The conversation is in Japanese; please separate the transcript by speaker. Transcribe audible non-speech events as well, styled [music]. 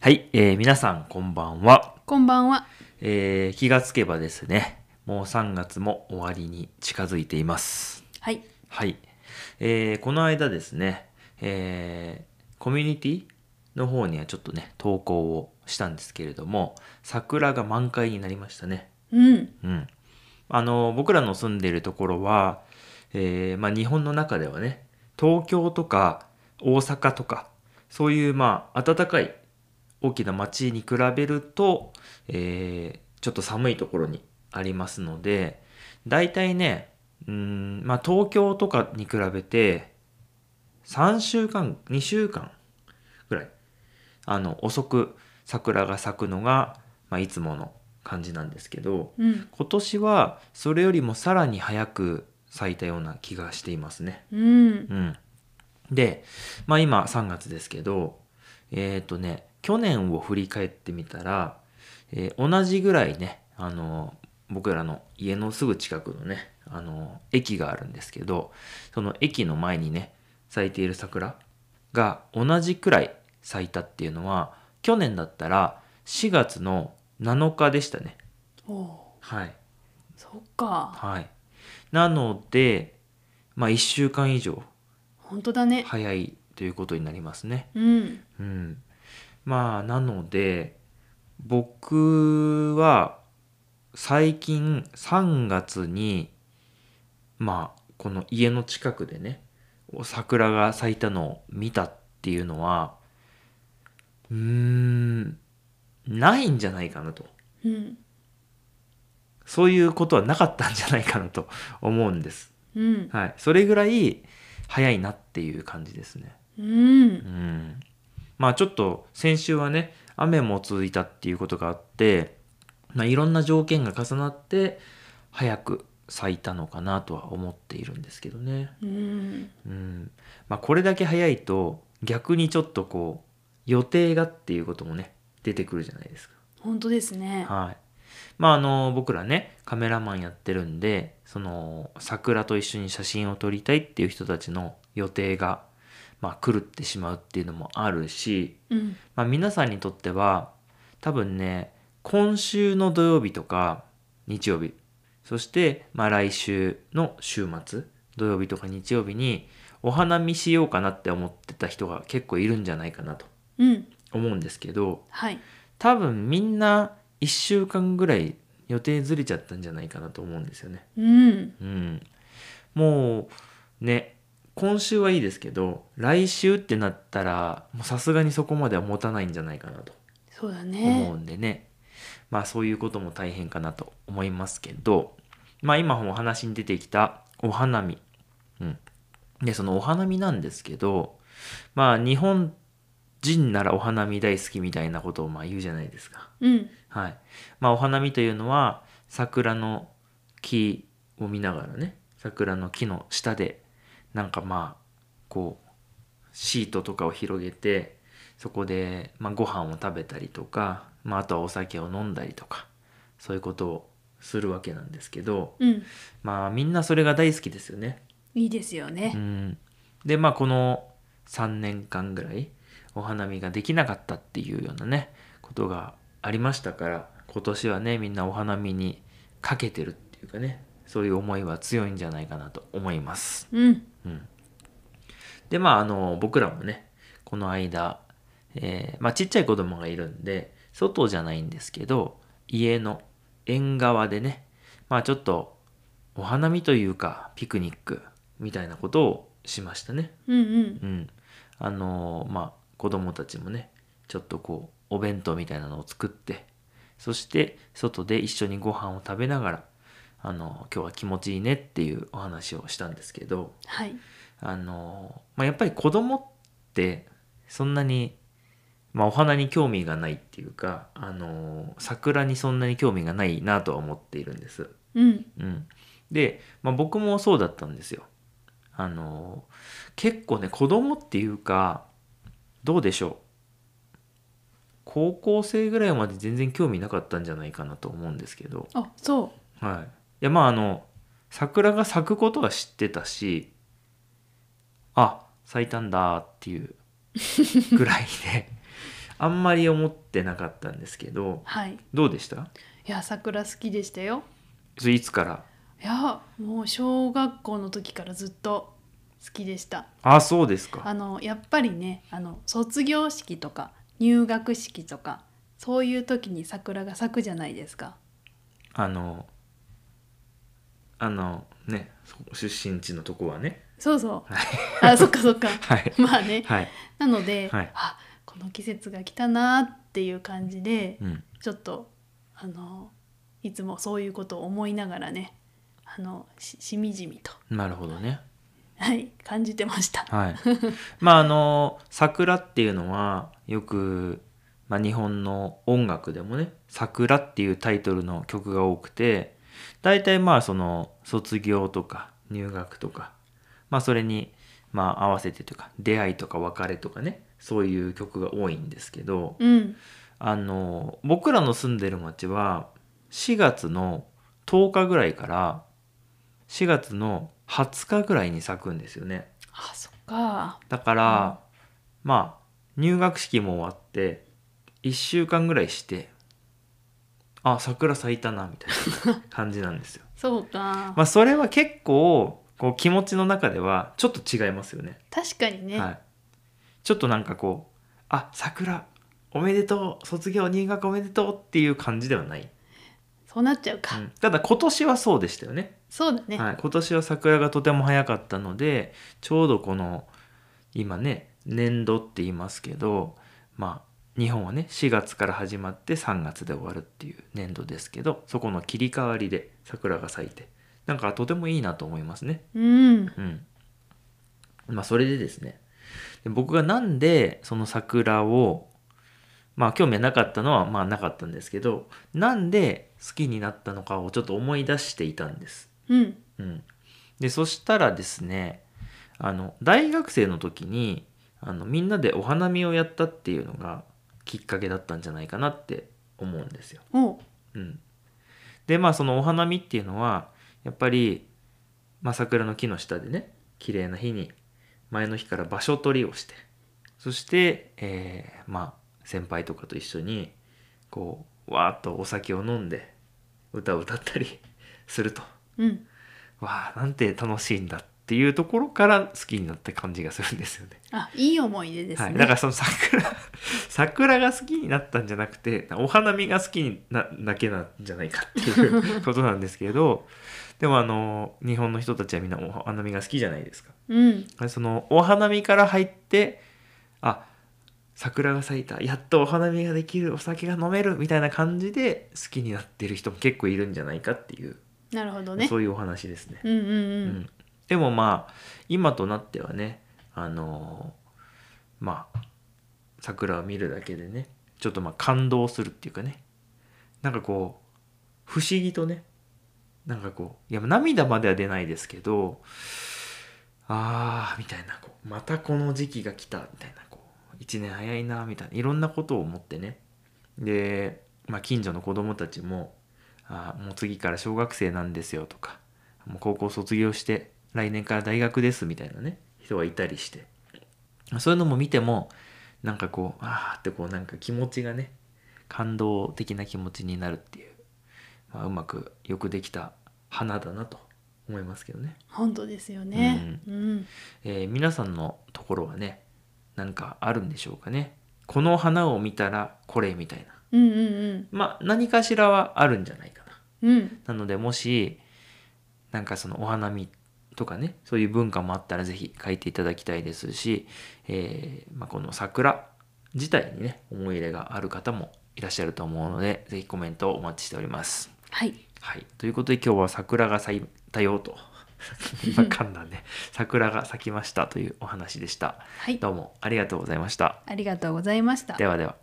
Speaker 1: はい、えー皆さんこんばんは、
Speaker 2: こんばんは。
Speaker 1: えー気がつけばですねもう3月も終わりに近づいています
Speaker 2: はい。
Speaker 1: はい、えーこの間ですね、えーコミュニティの方にはちょっとね投稿をしたんですけれども桜が満開になりましたね
Speaker 2: うん。
Speaker 1: うん、あの僕らの住んでいるところは、えーまあ、日本の中ではね東京とか大阪とかそういうまあ暖かい大きな町に比べると、えーちょっと寒いところにありますので大体ねうん、まあ、東京とかに比べて3週間2週間ぐらいあの遅く桜が咲くのが、まあ、いつもの感じなんですけど、
Speaker 2: うん。
Speaker 1: 今年はそれよりもさらに早く咲いたような気がしていますね。
Speaker 2: うん。
Speaker 1: うん、で、まあ、今3月ですけどえっ、とね去年を振り返ってみたら、えー同じぐらいねあの僕らの家のすぐ近くのねあの駅があるんですけどその駅の前にね咲いている桜が同じくらい咲いたっていうのは去年だったら4月の7日でしたね。
Speaker 2: おお
Speaker 1: はい、
Speaker 2: ー。そっか。
Speaker 1: はい。なので、まあ、1週間以上
Speaker 2: 本当だね。
Speaker 1: 早いということになりますね。
Speaker 2: うん。
Speaker 1: うん。まあ、なので、僕は最近3月に、まあ、この家の近くでね、お桜が咲いたのを見たっていうのは、うーん、ないんじゃないかなと。
Speaker 2: うん。
Speaker 1: そういうことはなかったんじゃないかなと思うんです。
Speaker 2: うん。
Speaker 1: はい、それぐらい早いなっていう感じですね。
Speaker 2: う。
Speaker 1: うんん、まあちょっと先週はね雨も続いたっていうことがあって、まあ、いろんな条件が重なって早く咲いたのかなとは思っているんですけどね。
Speaker 2: うん。
Speaker 1: うんまあ、これだけ早いと逆にちょっとこう予定がっていうこともね出てくるじゃないですか。
Speaker 2: 本当ですね。
Speaker 1: はい。まああの僕らねカメラマンやってるんでその桜と一緒に写真を撮りたいっていう人たちの予定が、まあ、狂ってしまうっていうのもあるし、
Speaker 2: うん。
Speaker 1: まあ、皆さんにとっては多分ね今週の土曜日とか日曜日そして、まあ、来週の週末土曜日とか日曜日にお花見しようかなって思ってた人が結構いるんじゃないかなと
Speaker 2: うん。
Speaker 1: 思うんですけど、
Speaker 2: はい。
Speaker 1: 多分みんな1週間ぐらい予定ずれちゃったんじゃないかなと思うんですよね。
Speaker 2: うん。
Speaker 1: うん、もうね今週はいいですけど来週ってなったらもうさすがにそこまでは持たないんじゃないかなと
Speaker 2: そうだ
Speaker 1: 思う
Speaker 2: ね。
Speaker 1: んでね、まあそういうことも大変かなと思いますけどまあ今お話に出てきたお花見、うん、でそのお花見なんですけどまあ日本人ならお花見大好きみたいなことをまあ言うじゃないですか。
Speaker 2: うん。
Speaker 1: はい。まあ、お花見というのは、桜の木を見ながらね、桜の木の下で、なんかまあ、こう、シートとかを広げて、そこで、まあ、ご飯を食べたりとか、まあ、あとはお酒を飲んだりとか、そういうことをするわけなんですけど、
Speaker 2: うん。
Speaker 1: まあ、みんなそれが大好きですよね。
Speaker 2: いいですよ
Speaker 1: う
Speaker 2: ね。
Speaker 1: ん、でまあこの3年間ぐらいお花見ができなかったっていうようなねことがありましたから今年はねみんなお花見にかけてるっていうかねそういう思いは強いんじゃないかなと思います。
Speaker 2: うん。
Speaker 1: うん、でまああの僕らもねこの間、えーまあ、ちっちゃい子供がいるんで外じゃないんですけど家の縁側でねまあちょっとお花見というかピクニックみたいなことをしましたね。
Speaker 2: うんうん。
Speaker 1: うん、あのーまあ子供たちもねちょっとこうお弁当みたいなのを作ってそして外で一緒にご飯を食べながらあのー今日は気持ちいいねっていうお話をしたんですけど、
Speaker 2: はい。
Speaker 1: あの、まあ、やっぱり子供ってそんなに、まあ、お花に興味がないっていうか、あの、桜にそんなに興味がないなとは思っているんです。
Speaker 2: うん。
Speaker 1: うん。で、まあ、僕もそうだったんですよ。あの、結構ね、子供っていうか、どうでしょう。高校生ぐらいまで全然興味なかったんじゃないかなと思うんですけど。
Speaker 2: あ、そ
Speaker 1: はい、いやまああの桜が咲くことは知ってたし [laughs] あ咲いたんだっていうぐらいであんまり思ってなかったんですけど
Speaker 2: はい。
Speaker 1: どうでした
Speaker 2: いや桜好きでしたよ。
Speaker 1: それいつから
Speaker 2: いやもう小学校の時からずっと好きでした。
Speaker 1: あそうですか
Speaker 2: あのやっぱりねあの卒業式とか入学式とかそういう時に桜が咲くじゃないですか。
Speaker 1: あのあのね出身地のとこはね
Speaker 2: そうそう。
Speaker 1: は
Speaker 2: あそっかそっか。 [laughs]
Speaker 1: はい
Speaker 2: まあね。
Speaker 1: [laughs] はい、
Speaker 2: なので、
Speaker 1: はい
Speaker 2: あこの季節が来たなっていう感じで、
Speaker 1: うん、
Speaker 2: ちょっとあのいつもそういうことを思いながらねあのししみじみと、
Speaker 1: なるほどね
Speaker 2: はい、感じてました。
Speaker 1: はい [laughs] まああの桜っていうのはよく、まあ、日本の音楽でもね「桜」っていうタイトルの曲が多くて大体まあその卒業とか入学とかまあそれにまあ合わせてというか出会いとか別れとかねそういう曲が多いんですけど、
Speaker 2: うん、
Speaker 1: あの僕らの住んでる町は4月の10日ぐらいから4月の20日ぐらいに咲くんですよね
Speaker 2: あそっか
Speaker 1: だから、まあ入学式も終わって1週間ぐらいしてあ桜咲いたなみたいな感じなんですよ
Speaker 2: そうか、
Speaker 1: まあそれは結構こう気持ちの中ではちょっと違いますよね
Speaker 2: 確かにね、
Speaker 1: はい、ちょっとなんかこう「あ桜おめでとう卒業入学おめでとう」っていう感じではない、
Speaker 2: そうなっちゃう
Speaker 1: う
Speaker 2: か、
Speaker 1: んただ今年はそうでしたよね
Speaker 2: そうだね、
Speaker 1: はい、今年は桜がとても早かったのでちょうどこの今ね年度って言いますけどまあ日本はね4月から始まって3月で終わるっていう年度ですけどそこの切り替わりで桜が咲いてなんかとてもいいなと思いますね。
Speaker 2: うん
Speaker 1: うん。まあ、それでですね。で僕がなんでその桜を、まあ、興味はなかったのは、まあ、なかったんですけど、なんで好きになったのかをちょっと思い出していたんです。
Speaker 2: うん
Speaker 1: うん。で、そしたらですね、あの、大学生の時に、あの、みんなでお花見をやったっていうのがきっかけだったんじゃないかなって思うんですよ。
Speaker 2: おう
Speaker 1: うん、でまあそのお花見っていうのはやっぱり、まあ、桜の木の下でね綺麗な日に前の日から場所取りをしてそして、えーまあ先輩とかと一緒にこうわーっとお酒を飲んで歌を歌ったり [laughs] すると
Speaker 2: うん
Speaker 1: わあなんて楽しいんだっていうところから好きになった感じがするんですよね。
Speaker 2: あいい思い出ですね、
Speaker 1: はい、だからその桜 [laughs] 桜が好きになったんじゃなくてお花見が好きになだけなんじゃないかっていうことなんですけど [laughs] でもあの日本の人たちはみんなお花見が好きじゃないですか
Speaker 2: うん
Speaker 1: そのお花見から入ってあ桜が咲いたやっとお花見ができるお酒が飲めるみたいな感じで好きになってる人も結構いるんじゃないかっていう、
Speaker 2: なるほどね
Speaker 1: そういうお話ですね。
Speaker 2: うんう
Speaker 1: う
Speaker 2: んうん
Speaker 1: ん、でもまあ今となってはねあのーまあ桜を見るだけでねちょっとまあ感動するっていうかねなんかこう不思議とねなんかこういや涙までは出ないですけどあーみたいなこうまたこの時期が来たみたいなこう1年早いなみたいないろんなことを思ってねで、まあ、近所の子供たちも「あーもう次から小学生なんですよ」とか「もう高校卒業して来年から大学です」みたいなね人がいたりしてそういうのも見てもなんかこうあーってこうなんか気持ちがね感動的な気持ちになるっていう、まあ、うまくよくできた花だなと思いますけどね。
Speaker 2: 本当ですよねうん、
Speaker 1: えー皆さんのところはねなんかあるんでしょうかねこの花を見たらこれみたいな
Speaker 2: うん、うんうん
Speaker 1: まあ何かしらはあるんじゃないか
Speaker 2: うんうん
Speaker 1: ななのでもしなんかそのお花見とかねそういう文化もあったら是非書いていただきたいですし、えーまあ、この桜自体にね思い入れがある方もいらっしゃると思うので是非コメントをお待ちしております。
Speaker 2: はい
Speaker 1: はい、ということで今日は桜が咲いたよと [laughs] 今噛んだね桜が咲きましたというお話でした。
Speaker 2: はい
Speaker 1: どうもありがとうございました。
Speaker 2: ありがとうございました
Speaker 1: ではでは。